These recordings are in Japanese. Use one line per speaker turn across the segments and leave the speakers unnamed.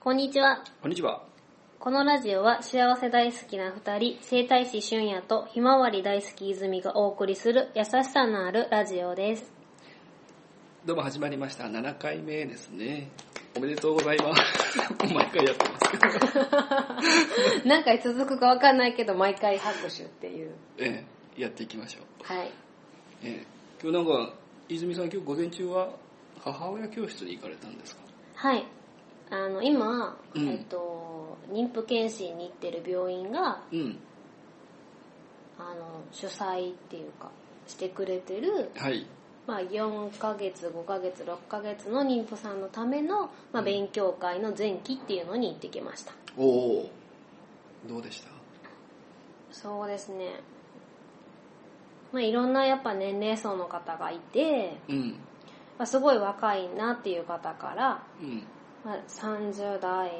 こんにちは。
こんにちは。
このラジオは幸せ大好きな二人、生態師俊也とひまわり大好き泉がお送りする優しさのあるラジオです。
どうも始まりました。7回目ですね。おめでとうございます。 毎回やってますけど。
何回続くかわかんないけど、毎回拍手っていう。
ええ、やっていきましょう。
はい。
ええ、今日なんか、泉さん今日午前中は母親教室に行かれたんですか
はい。あの、今、
うん
えっと、妊婦検診に行ってる病院が、
うん。
あの、主催っていうか、してくれてる、
はい。
まあ、4ヶ月、5ヶ月、6ヶ月の妊婦さんのための、まあ、勉強会の前期っていうのに行ってきました。
おお。どうでした
そうですね。まあ、いろんなやっぱ年齢層の方がいて、
うん。
まあ、すごい若いなっていう方から、
うん。
まあ、30代、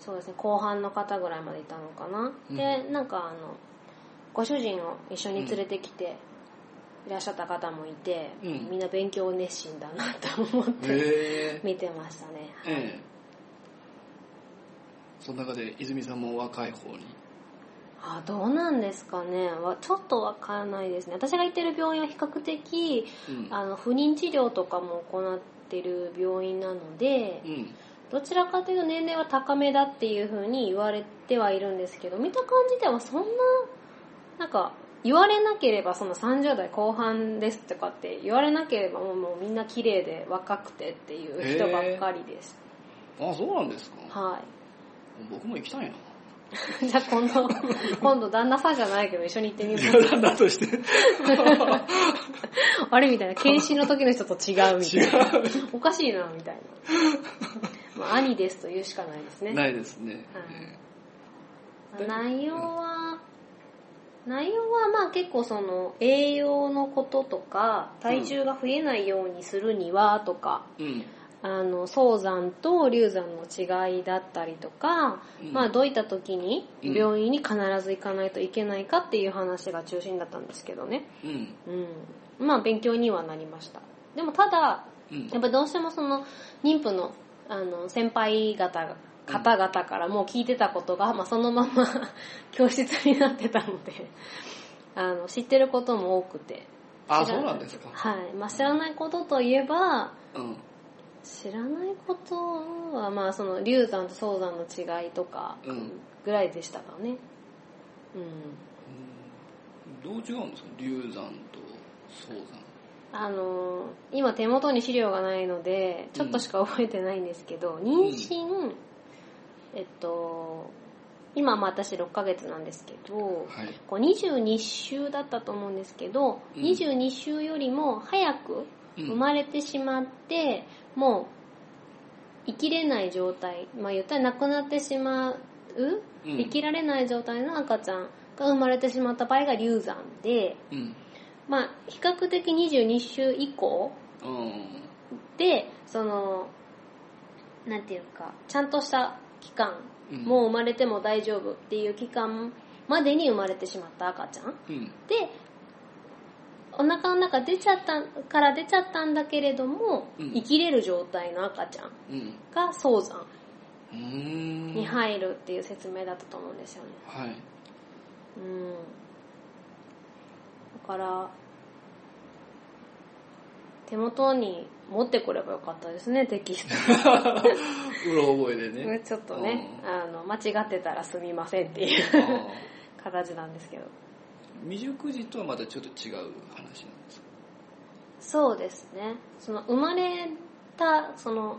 そうですね、後半の方ぐらいまでいたのかな。で、なんかあの、ご主人を一緒に連れてきて、いらっしゃった方もいて、
うん
みんな勉強熱心だなと思って
へえ。
見てましたね。
ええ。その中で泉さんも若い方に。
あどうなんですかねわちょっとわからないですね私が行ってる病院は比較的
うん。
あの不妊治療とかも行ってる病院なので
うん。
どちらかというと年齢は高めだっていう風に言われてはいるんですけど見た感じではそんななんか言われなければその30代後半ですとかって言われなければもうもうみんな綺麗で若くてっていう人ばっかりです、
あ、そうなんですか。
はい
僕も行きたいな。
じゃあ今 度今度旦那さんじゃないけど一緒に行ってみます
旦那として。
あれみたいな、検診の時の人と違うみたいな。
違う。
おかしいな、みたいな。まあ、兄ですと言うしかないですね。
ないですね。
はい
え
まあ内容は、内容はまあ結構その栄養のこととか、体重が増えないようにするにはとか、
えうん。
あの、早産と流産の違いだったりとか、
うん
まあどういった時に
うん
病院に必ず行かないといけないかっていう話が中心だったんですけどね。
うん。
うん。まあ勉強にはなりました。でもただ、
うん
やっぱどうしてもその妊婦のあの先輩方が方々からもう聞いてたことが、まあ、そのま ま教室になってたのであの知ってることも多くて
あ、
知ら
そうなんですか。
はい、まあ、知らないことといえば
うん。
知らないことはまあその流産と早産の違いとか
うん
ぐらいでしたかねうん
どう違うんですか流産と早産。
あのー今手元に資料がないのでちょっとしか覚えてないんですけど、妊娠、えっと今まあ私6ヶ月なんですけど、
はい。
こう22週だったと思うんですけど、
うん
22週よりも早く
うん
生まれてしまって、もう生きれない状態まあ言ったら亡くなってしまう、
うん
生きられない状態の赤ちゃんが生まれてしまった場合が流産で、
うん。
まあ、比較的22週以降
うん。
で、その、なんていうか、ちゃんとした期間、
うん
もう生まれても大丈夫っていう期間までに生まれてしまった赤ちゃん。
うん。
で、お腹の中出ちゃった、から出ちゃったんだけれども、
うん
生きれる状態の赤ちゃん
うん。
が早産
うーん。
に入るっていう説明だったと思うんですよね。
はい。
うん。だから、手元に持ってこればよかったですね、テキスト。
うろ覚えでね。
ちょっとね、あの、間違ってたらすみませんってい
あ
う
ー
形なんですけど。
未熟児とはまたちょっと違う話なんですか
そうですね。その、生まれた、その、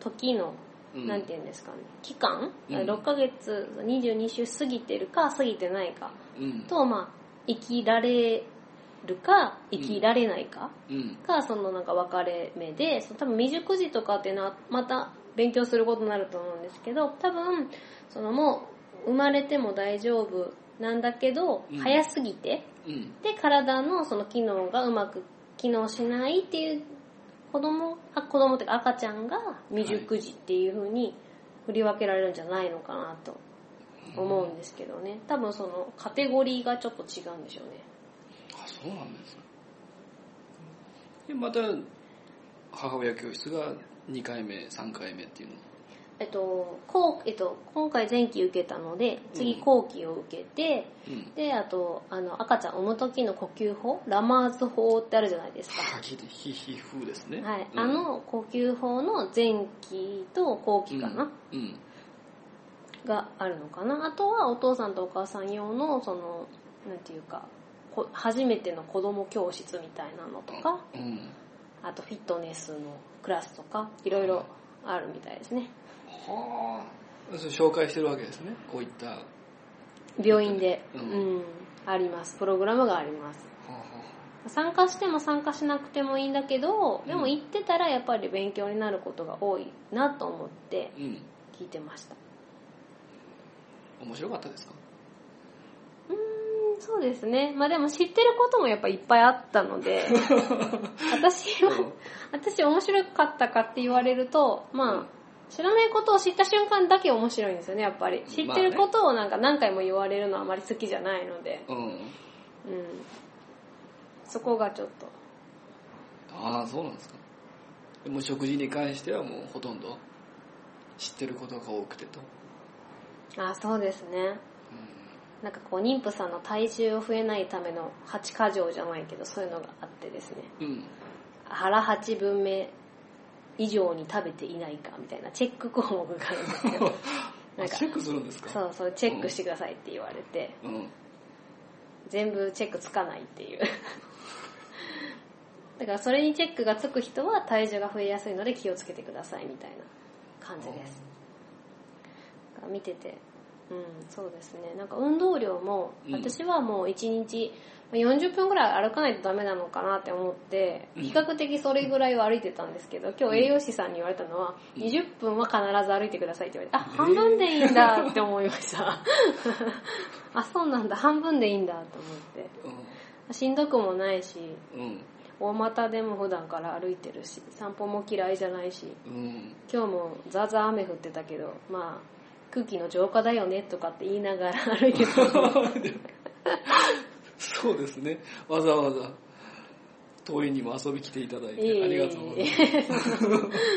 時の、
うん
なんて言うんですかね、期間、
うん
6ヶ月、22週過ぎてるか過ぎてないか
うん。
と、まあ、生きられるか、生きられないか。
うん。
がそのなんか分かれ目でその多分未熟児とかっていうのはまた勉強することになると思うんですけど多分そのもう生まれても大丈夫なんだけど、
うん
早すぎて
うん。
で体のその機能がうまく機能しないっていう子供あ子供っていうか赤ちゃんが未熟児っていう風に振り分けられるんじゃないのかなと思うんですけどね多分そのカテゴリーがちょっと違うんでしょうね
あ、そうなんですか。で、また、母親教室が2回目3回目っていうの
えっと後えっと、今回前期受けたので
う
次
ん
後期を受けて、
うん
であとあの赤ちゃん産む時の呼吸法ラマーズ法ってあるじゃないですか
鍵でヒヒフですね
はい、
うん
あの呼吸法の前期と後期かな、
うん、うん
があるのかなあとはお父さんとお母さん用のそのなんていうかこ初めての子供教室みたいなのとか
うん
あとフィットネスのクラスとかいろいろあるみたいですね
はあ紹介してるわけですねこういった、は
病院で、
う
うんんありますプログラムがあります
あは
参加しても参加しなくてもいいんだけどで
う
も
ん
行ってたらやっぱり勉強になることが多いなと思って
あ、うん
聞いてました
面白かっ たですか
うーんそうですねまあでも知ってることもやっぱいっぱいあったの で私は私面白かったかって言われると
うん
まあ知らないことを知った瞬間だけ面白いんですよねやっぱり知ってることをなんか何回も言われるのはあまり好きじゃないので、
うん
うん、そこがちょっと
ああそうなんですかでも食事に関してはもうほとんど知ってることが多くてと、
あそうですね
う
なんかこう妊婦さんの体重を増えないための8か条じゃないけどそういうのがあってですね
んうん、
腹8分目以上に食べていないかみたいなチェック項目があるんです よなん
あ
か
チェックするんですか
そうそうチェックしてくださいって言われて
うん
全部チェックつかないっていう だからそれにチェックがつく人は体重が増えやすいので気をつけてくださいみたいな感じですだから見ててうんそうですねなんか運動量も
うん
私はもう1日40分ぐらい歩かないとダメなのかなって思って
うん
比較的それぐらいは歩いてたんですけど今日栄養士さんに言われたのは
うん
20分は必ず歩いてくださいって言われてあ
え
半
ー
分でいいんだって思いましたあそうなんだ半分でいいんだと思ってしんどくもないし
うんうん
大股でも普段から歩いてるし散歩も嫌いじゃないし
うん
今日もザーザー雨降ってたけどまあ空気の浄化だよねとかって言いながら歩いてた
そうですねわざわざ遠いにも遊び来ていただいてありがとうございます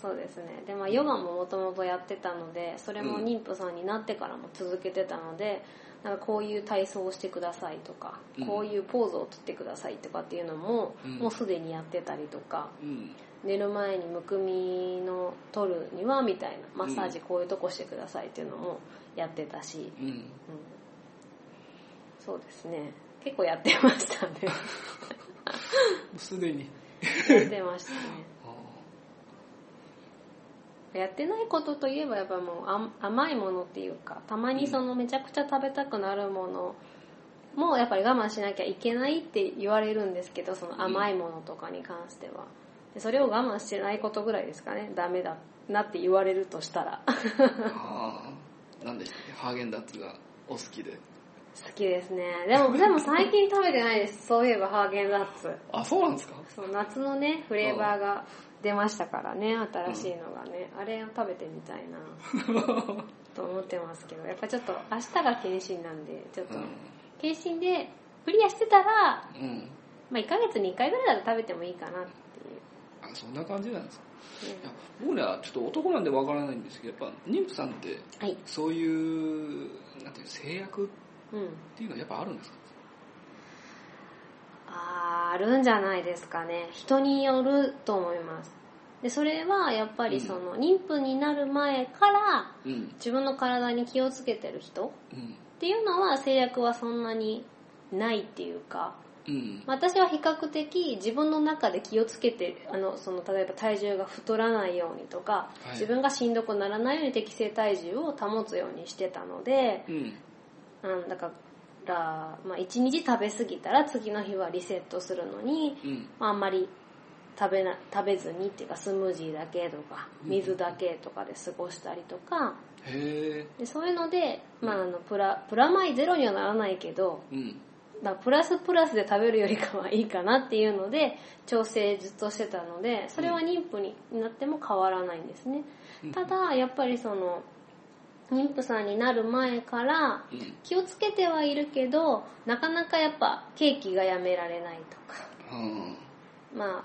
そうですねでまあヨガももともとやってたのでそれも妊婦さんになってからも続けてたので、なんかこういう体操をしてくださいとか、
うん
こういうポーズをとってくださいとかっていうのも、
うん
もうすでにやってたりとか
うん
寝る前にむくみの取るにはみたいなマッサージこういうとこしてくださいっていうのもやってたし、
うん
うんそうですね結構やってましたね
すでに
やってましたね
あ
やってないことといえばやっぱもう甘甘いものっていうかたまにそのめちゃくちゃ食べたくなるものもやっぱり我慢しなきゃいけないって言われるんですけどその甘いものとかに関してはでそれを我慢してないことぐらいですかねダメだなって言われるとしたら 好
ーあーなんでしたっけハーゲンダッツがお好きで
きですねでもでも最近食べてないですそういえばハーゲンダッツ
あそうなんですか
そう夏のねフレーバーが出ましたからね新しいのがね、あれを食べてみたい なと思ってますけどやっぱちょっと明日が検診なんでちょっと、
う
検診でクリアしてたら、
ん、うん、
まあ、1ヶ月に1回ぐらいだと食べてもいいかなって
あそんな感じなんですか
いう、
いや僕ねちょっと男なんでわからないんですけどやっぱ妊婦さんって
はい、
そういうなんていう制約っ
うん、
ていうのはやっぱあるんですか
あーあるんじゃないですかね人によると思いますでそれはやっぱりその、妊婦になる前から
うん
自分の体に気をつけてる人
うん
っていうのは制約はそんなにないっていうか、
うん
まあ私は比較的自分の中で気をつけてあのその例えば体重が太らないようにとか、
はい
自分がしんどくならないように適正体重を保つようにしてたので、
うん
うん、だから、まあ、1日食べ過ぎたら次の日はリセットするのに、
うん
まあ、あんまり食べな食べずにっていうかスムージーだけとか
うん
水だけとかで過ごしたりとか、
へえ
でそういうので、まあ、あのプラプラマイゼロにはならないけど、
うん
まあ、プラスプラスで食べるよりかはいいかなっていうので調整ずっとしてたのでそれは妊婦になっても変わらないんですね
うん
ただやっぱりその妊婦さんになる前から
うん
気をつけてはいるけどなかなかやっぱケーキがやめられないとか
うん
まあ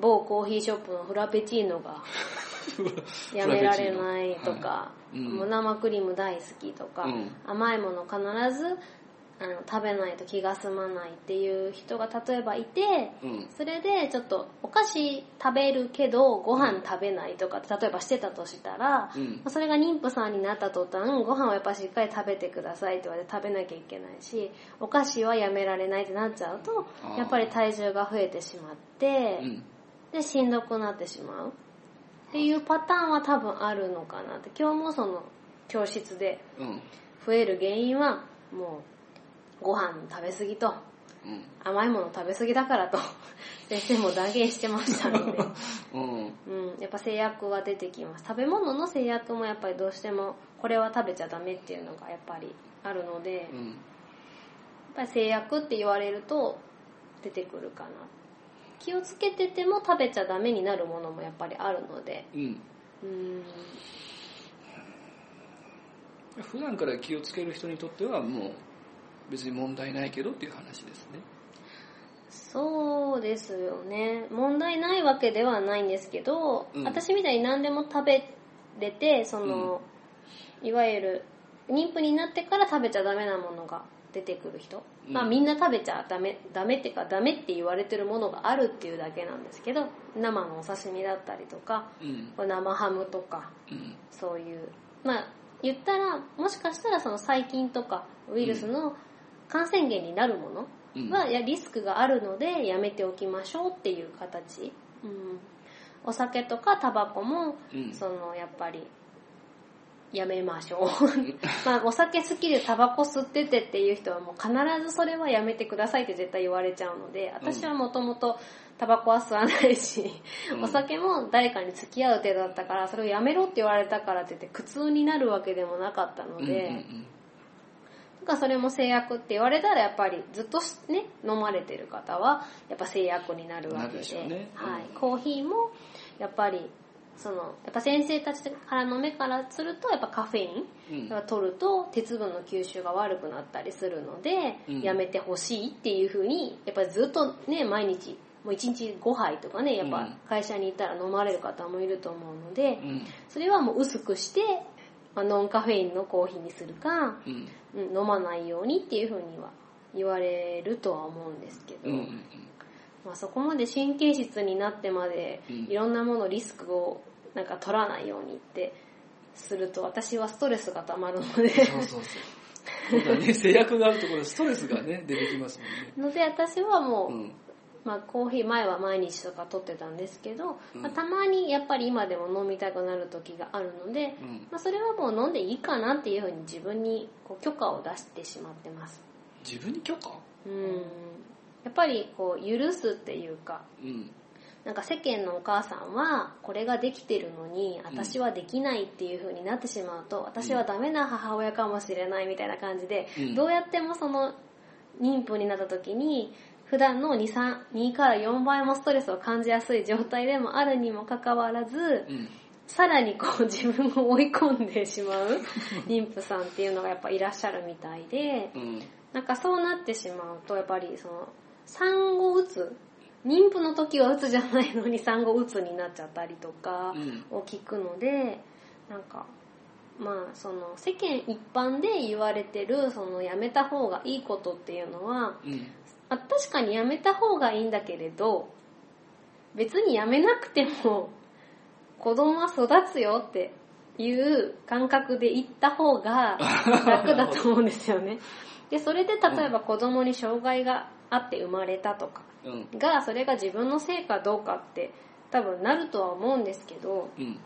某コーヒーショップのフラペチーノがやめられないとか、
フラペチーノはいうん
もう生クリーム大好きとか、
うん
甘いもの必ずあの食べないと気が済まないっていう人が例えばいて、
うん
それでちょっとお菓子食べるけどご飯食べないとかって例えばしてたとしたら、
うん
それが妊婦さんになった途端ご飯はやっぱしっかり食べてくださいって言われて食べなきゃいけないしお菓子はやめられないってなっちゃうと
あー
やっぱり体重が増えてしまって、
うん
でしんどくなってしまうっていうパターンは多分あるのかなって今日もその教室で
うん
増える原因はもうご飯食べ過ぎと
うん
甘いもの食べ過ぎだからと 先生も断言してました ので、
うん
うん、やっぱ制約は出てきます食べ物の制約もやっぱりどうしてもこれは食べちゃダメっていうのがやっぱりあるので、やっ
うん
ぱり制約って言われると出てくるかな気をつけてても食べちゃダメになるものもやっぱりあるので
うん
うん
普段から気をつける人にとってはもう別に問題ないけどっていう話ですね
そうですよね問題ないわけではないんですけど、
うん
私みたいに何でも食べれてその、いわゆる妊婦になってから食べちゃダメなものが出てくる人、
うん
まあみんな食べちゃダメダメっていうかダメって言われてるものがあるっていうだけなんですけど生のお刺身だったりとか
うん
こう生ハムとか
うん
そういうまあ言ったらもしかしたらその細菌とかウイルスの感染源になるもの、
うん
はやリスクがあるのでやめておきましょうっていう形、うん、お酒とかタバコも、
うん
そのやっぱりやめましょう まあお酒好きでタバコ吸っててっていう人はもう必ずそれはやめてくださいって絶対言われちゃうので私はもともとタバコは吸わないし、
うん
お酒も誰かに付き合う程度だったからそれをやめろって言われたからって言って苦痛になるわけでもなかったの
うん
で、なんかそれも制約って言われたらやっぱりずっとしね、飲まれてる方はやっぱ制約になるわ
なる
け
で
で。
しょうねうん
はい。コーヒーもやっぱり、その、やっぱ先生たちからの目からするとやっぱカフェイ
うんうん
ンが取ると鉄分の吸収が悪くなったりするので、
うん
やめてほしいっていうふうに、やっぱりずっとね、毎日、もう1日5杯とかね、やっ
う
ぱ
ん
会社にいたら飲まれる方もいると思うので、
うん
それはもう薄くして、まあノンカフェインのコーヒーにするか、
うん
うん飲まないようにっていうふうには言われるとは思うんですけど、
うんうん
まあ、そこまで神経質になってまで
うん
いろんなものリスクをなんか取らないようにってすると私はストレスが溜まるので
そうそうそうそうだね制約があるところでストレスがね出てきますもんね
ので私はもう、
うん
まあ、コーヒー前は毎日とか取ってたんですけど、
うん
まあ、たまにやっぱり今でも飲みたくなる時があるので、
うん
まあ、それはもう飲んでいいかなっていうふうに自分にこう許可を出してしまってます。
自分に許可
うんやっぱりこう許すっていうか
うん
なんか世間のお母さんはこれができてるのに私はできないっていう風になってしまうと、私はダメな母親かもしれないみたいな感じで、
うん
どうやってもその妊婦になった時に普段の2、3 2から4倍もストレスを感じやすい状態でもあるにもかかわらず、
うん
さらにこう自分を追い込んでしまう妊婦さんっていうのがやっぱいらっしゃるみたいで、
うん
なんかそうなってしまうと、やっぱりその、産後うつ、妊婦の時はうつじゃないのに 産後うつになっちゃったりとか
うん
を聞くので、なんか、まあその世間一般で言われてるそのやめた方がいいことっていうのは、
うん
あ確かにやめた方がいいんだけれど、別にやめなくても 子供は育つよっていう感覚で行った方が楽だと思うんですよね。で、それで例えば子供に障害があって生まれたとか
うん
が、それが自分のせいかどうかって多分なるとは思うんですけど、
うん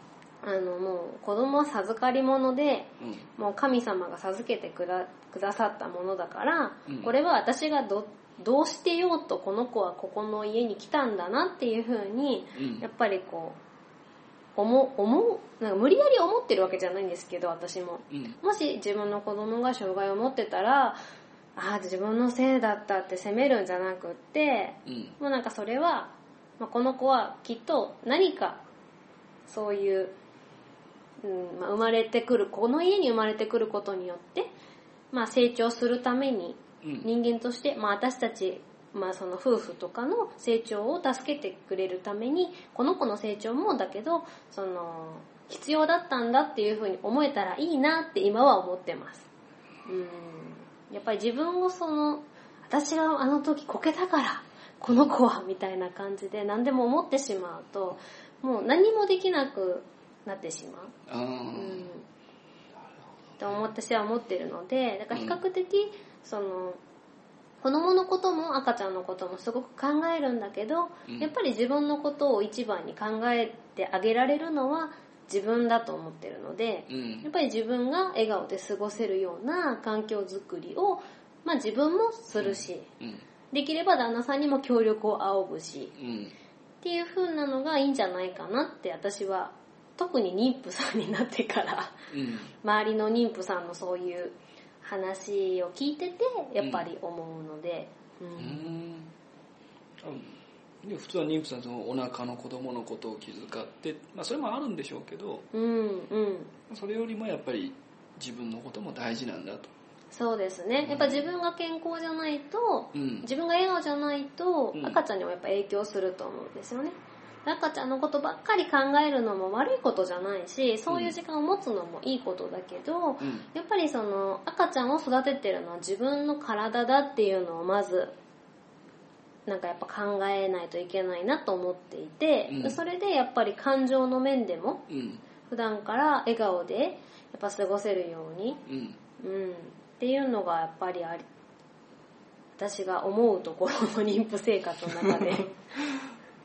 あのもう子供は授かり物で、
うん
もう神様が授けてくだくださったものだから、
うん
これは私がどどうしてようとこの子はここの家に来たんだなっていうふうに、
うん
やっぱりこう思う思うなんか無理やり思ってるわけじゃないんですけど私も
うん
もし自分の子供が障害を持ってたらああ自分のせいだったって責めるんじゃなくって
うん
もうなんかそれは、まあ、この子はきっと何かそういう、うんまあ、生まれてくるこの家に生まれてくることによって、まあ、成長するために
うん
人間として、まあ、私たちまあ、その夫婦とかの成長を助けてくれるためにこの子の成長もだけどその必要だったんだっていうふうに思えたらいいなって今は思ってますうんやっぱり自分をその私はあの時こけたからこの子はみたいな感じで何でも思ってしまうともう何もできなくなってしまう
あー
と思って私は思ってるのでだから比較的、その子供のことも赤ちゃんのこともすごく考えるんだけど、
うん
やっぱり自分のことを一番に考えてあげられるのは自分だと思ってるので、
うん
やっぱり自分が笑顔で過ごせるような環境づくりを、まあ、自分もするし、
うん
できれば旦那さんにも協力を仰ぐし、
うん
っていう風なのがいいんじゃないかなって私は特に妊婦さんになってから
うん
周りの妊婦さんのそういう話を聞いててやっぱり思うので、うん
うーん多分ね普通は妊婦さんはそのお腹の子供のことを気遣って、まあ、それもあるんでしょうけど
うん、うん
それよりもやっぱり自分のことも大事なんだと、
そうですねやっぱ自分が健康じゃないと
うん、
自分が笑顔じゃないと
うん
赤ちゃんにもやっぱ影響すると思うんですよね赤ちゃんのことばっかり考えるのも悪いことじゃないしそういう時間を持つのもいいことだけど、
うん
やっぱりその赤ちゃんを育ててるのは自分の体だっていうのをまずなんかやっぱ考えないといけないなと思っていて、
うん
それでやっぱり感情の面でも
うん
普段から笑顔でやっぱ過ごせるように、
うん
うん、っていうのがやっぱりあり私が思うところの 妊婦生活の中で、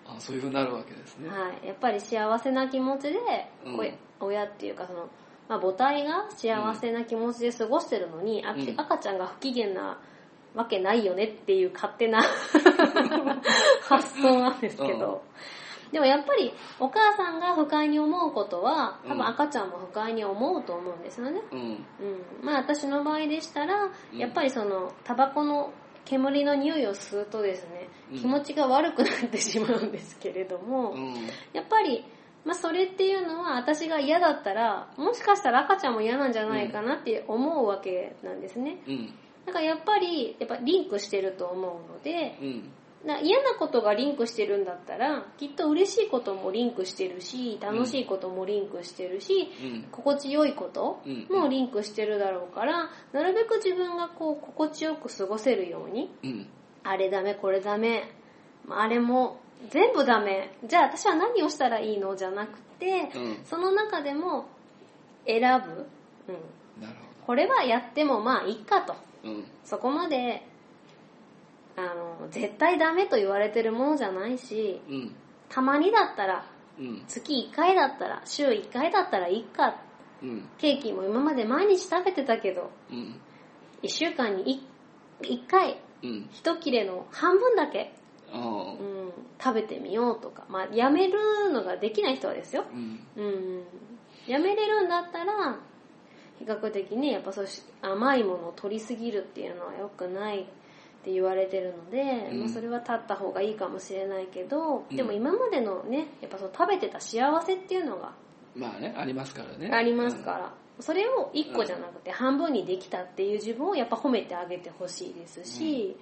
あそういうふうになるわけですね、
はい、やっぱり幸せな気持ちで、
うん
おや親っていうかその、まあ、母体が幸せな気持ちで過ごしてるのに、あ
うん
赤ちゃんが不機嫌なわけないよねっていう勝手 な発想なんですけど、でもやっぱりお母さんが不快に思うことは多
うん
分赤ちゃんも不快に思うと思うんですよね。
うん
うん、まあ私の場合でしたら、
うん
やっぱりそのタバコの煙の匂いを吸うとですね
うん
気持ちが悪くなってしまうんですけれども、
うん
やっぱり、まあ、それっていうのは私が嫌だったらもしかしたら赤ちゃんも嫌なんじゃないかなって思うわけなんですね
うん
だからやっぱりやっぱリンクしてると思うので
うん
な嫌なことがリンクしてるんだったらきっと嬉しいこともリンクしてるし楽しいこともリンクしてるし、
うん
心地よいこともリンクしてるだろうから、なるべく自分がこう心地よく過ごせるように
うん
あれダメこれダメまああれも全部ダメじゃあ私は何をしたらいいのじゃなくて、
うん
その中でも選ぶ、うん、
なる
これはやってもまあいいかと
ほどうん
そこまであの絶対ダメと言われてるものじゃないし
うん
たまにだったら
うん
月1回だったら週1回だったらいいか
うん
ケーキも今まで毎日食べてたけど
うん
1週間に 1, 回
うん
一切れの半分だけ、
あ
う
あ
ん、食べてみようとか、まあ、やめるのができない人はですよ、
うん
うん、やめれるんだったら比較的ねやっぱそうし甘いものを取りすぎるっていうのは良くないって言われてるので、
うん
まあ、それは立った方がいいかもしれないけど、
うん
でも今までのねやっぱそう食べてた幸せっていうのが
まあねありますからね
ありますから、それを1個じゃなくて半分にできたっていう自分をやっぱ褒めてあげてほしいですし、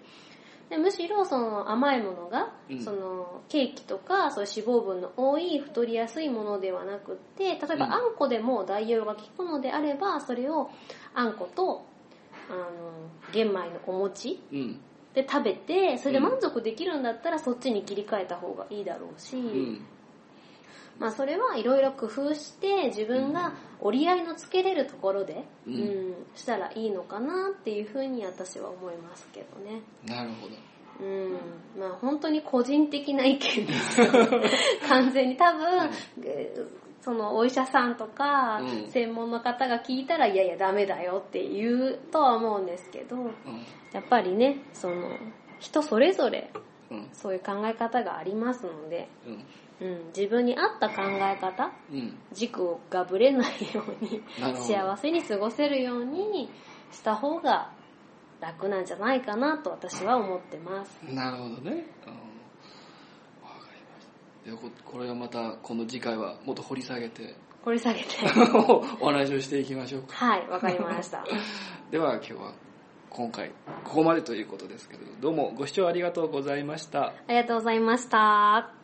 でむしろその甘いものが、
うん
そのケーキとかそういう脂肪分の多い太りやすいものではなくって例えば
うん
あんこでも代用が効くのであればそれをあんことあの玄米のお餅
うん
で食べてそれで満足できるんだったらそっちに切り替えた方がいいだろうし、
うん
まあ、それはいろいろ工夫して自分が折り合いのつけれるところで、う
う
んんしたらいいのかなっていうふうに私は思いますけどね。
なるほど
うん、まあ本当に個人的な意見 ですよ完全に多分、えーそのお医者さんとか
うん
専門の方が聞いたらいやいやダメだよって言うとは思うんですけど
う
やっぱりねその人それぞれ
んうん
そういう考え方がありますので、
うん
うん、自分に合った考え方
うん
軸がぶれないように
なるほど
幸せに過ごせるようにした方が楽なんじゃないかなと私は思ってます。
なるほどね。うんわかりましたでこ。これはまた、この次回はもっと掘り下げて、
掘り下げて。
お話をしていきましょうか。
はい、わかりました。
では今日は今回ここまでということですけれどどうもご視聴ありがとうございました
ありがとうございました。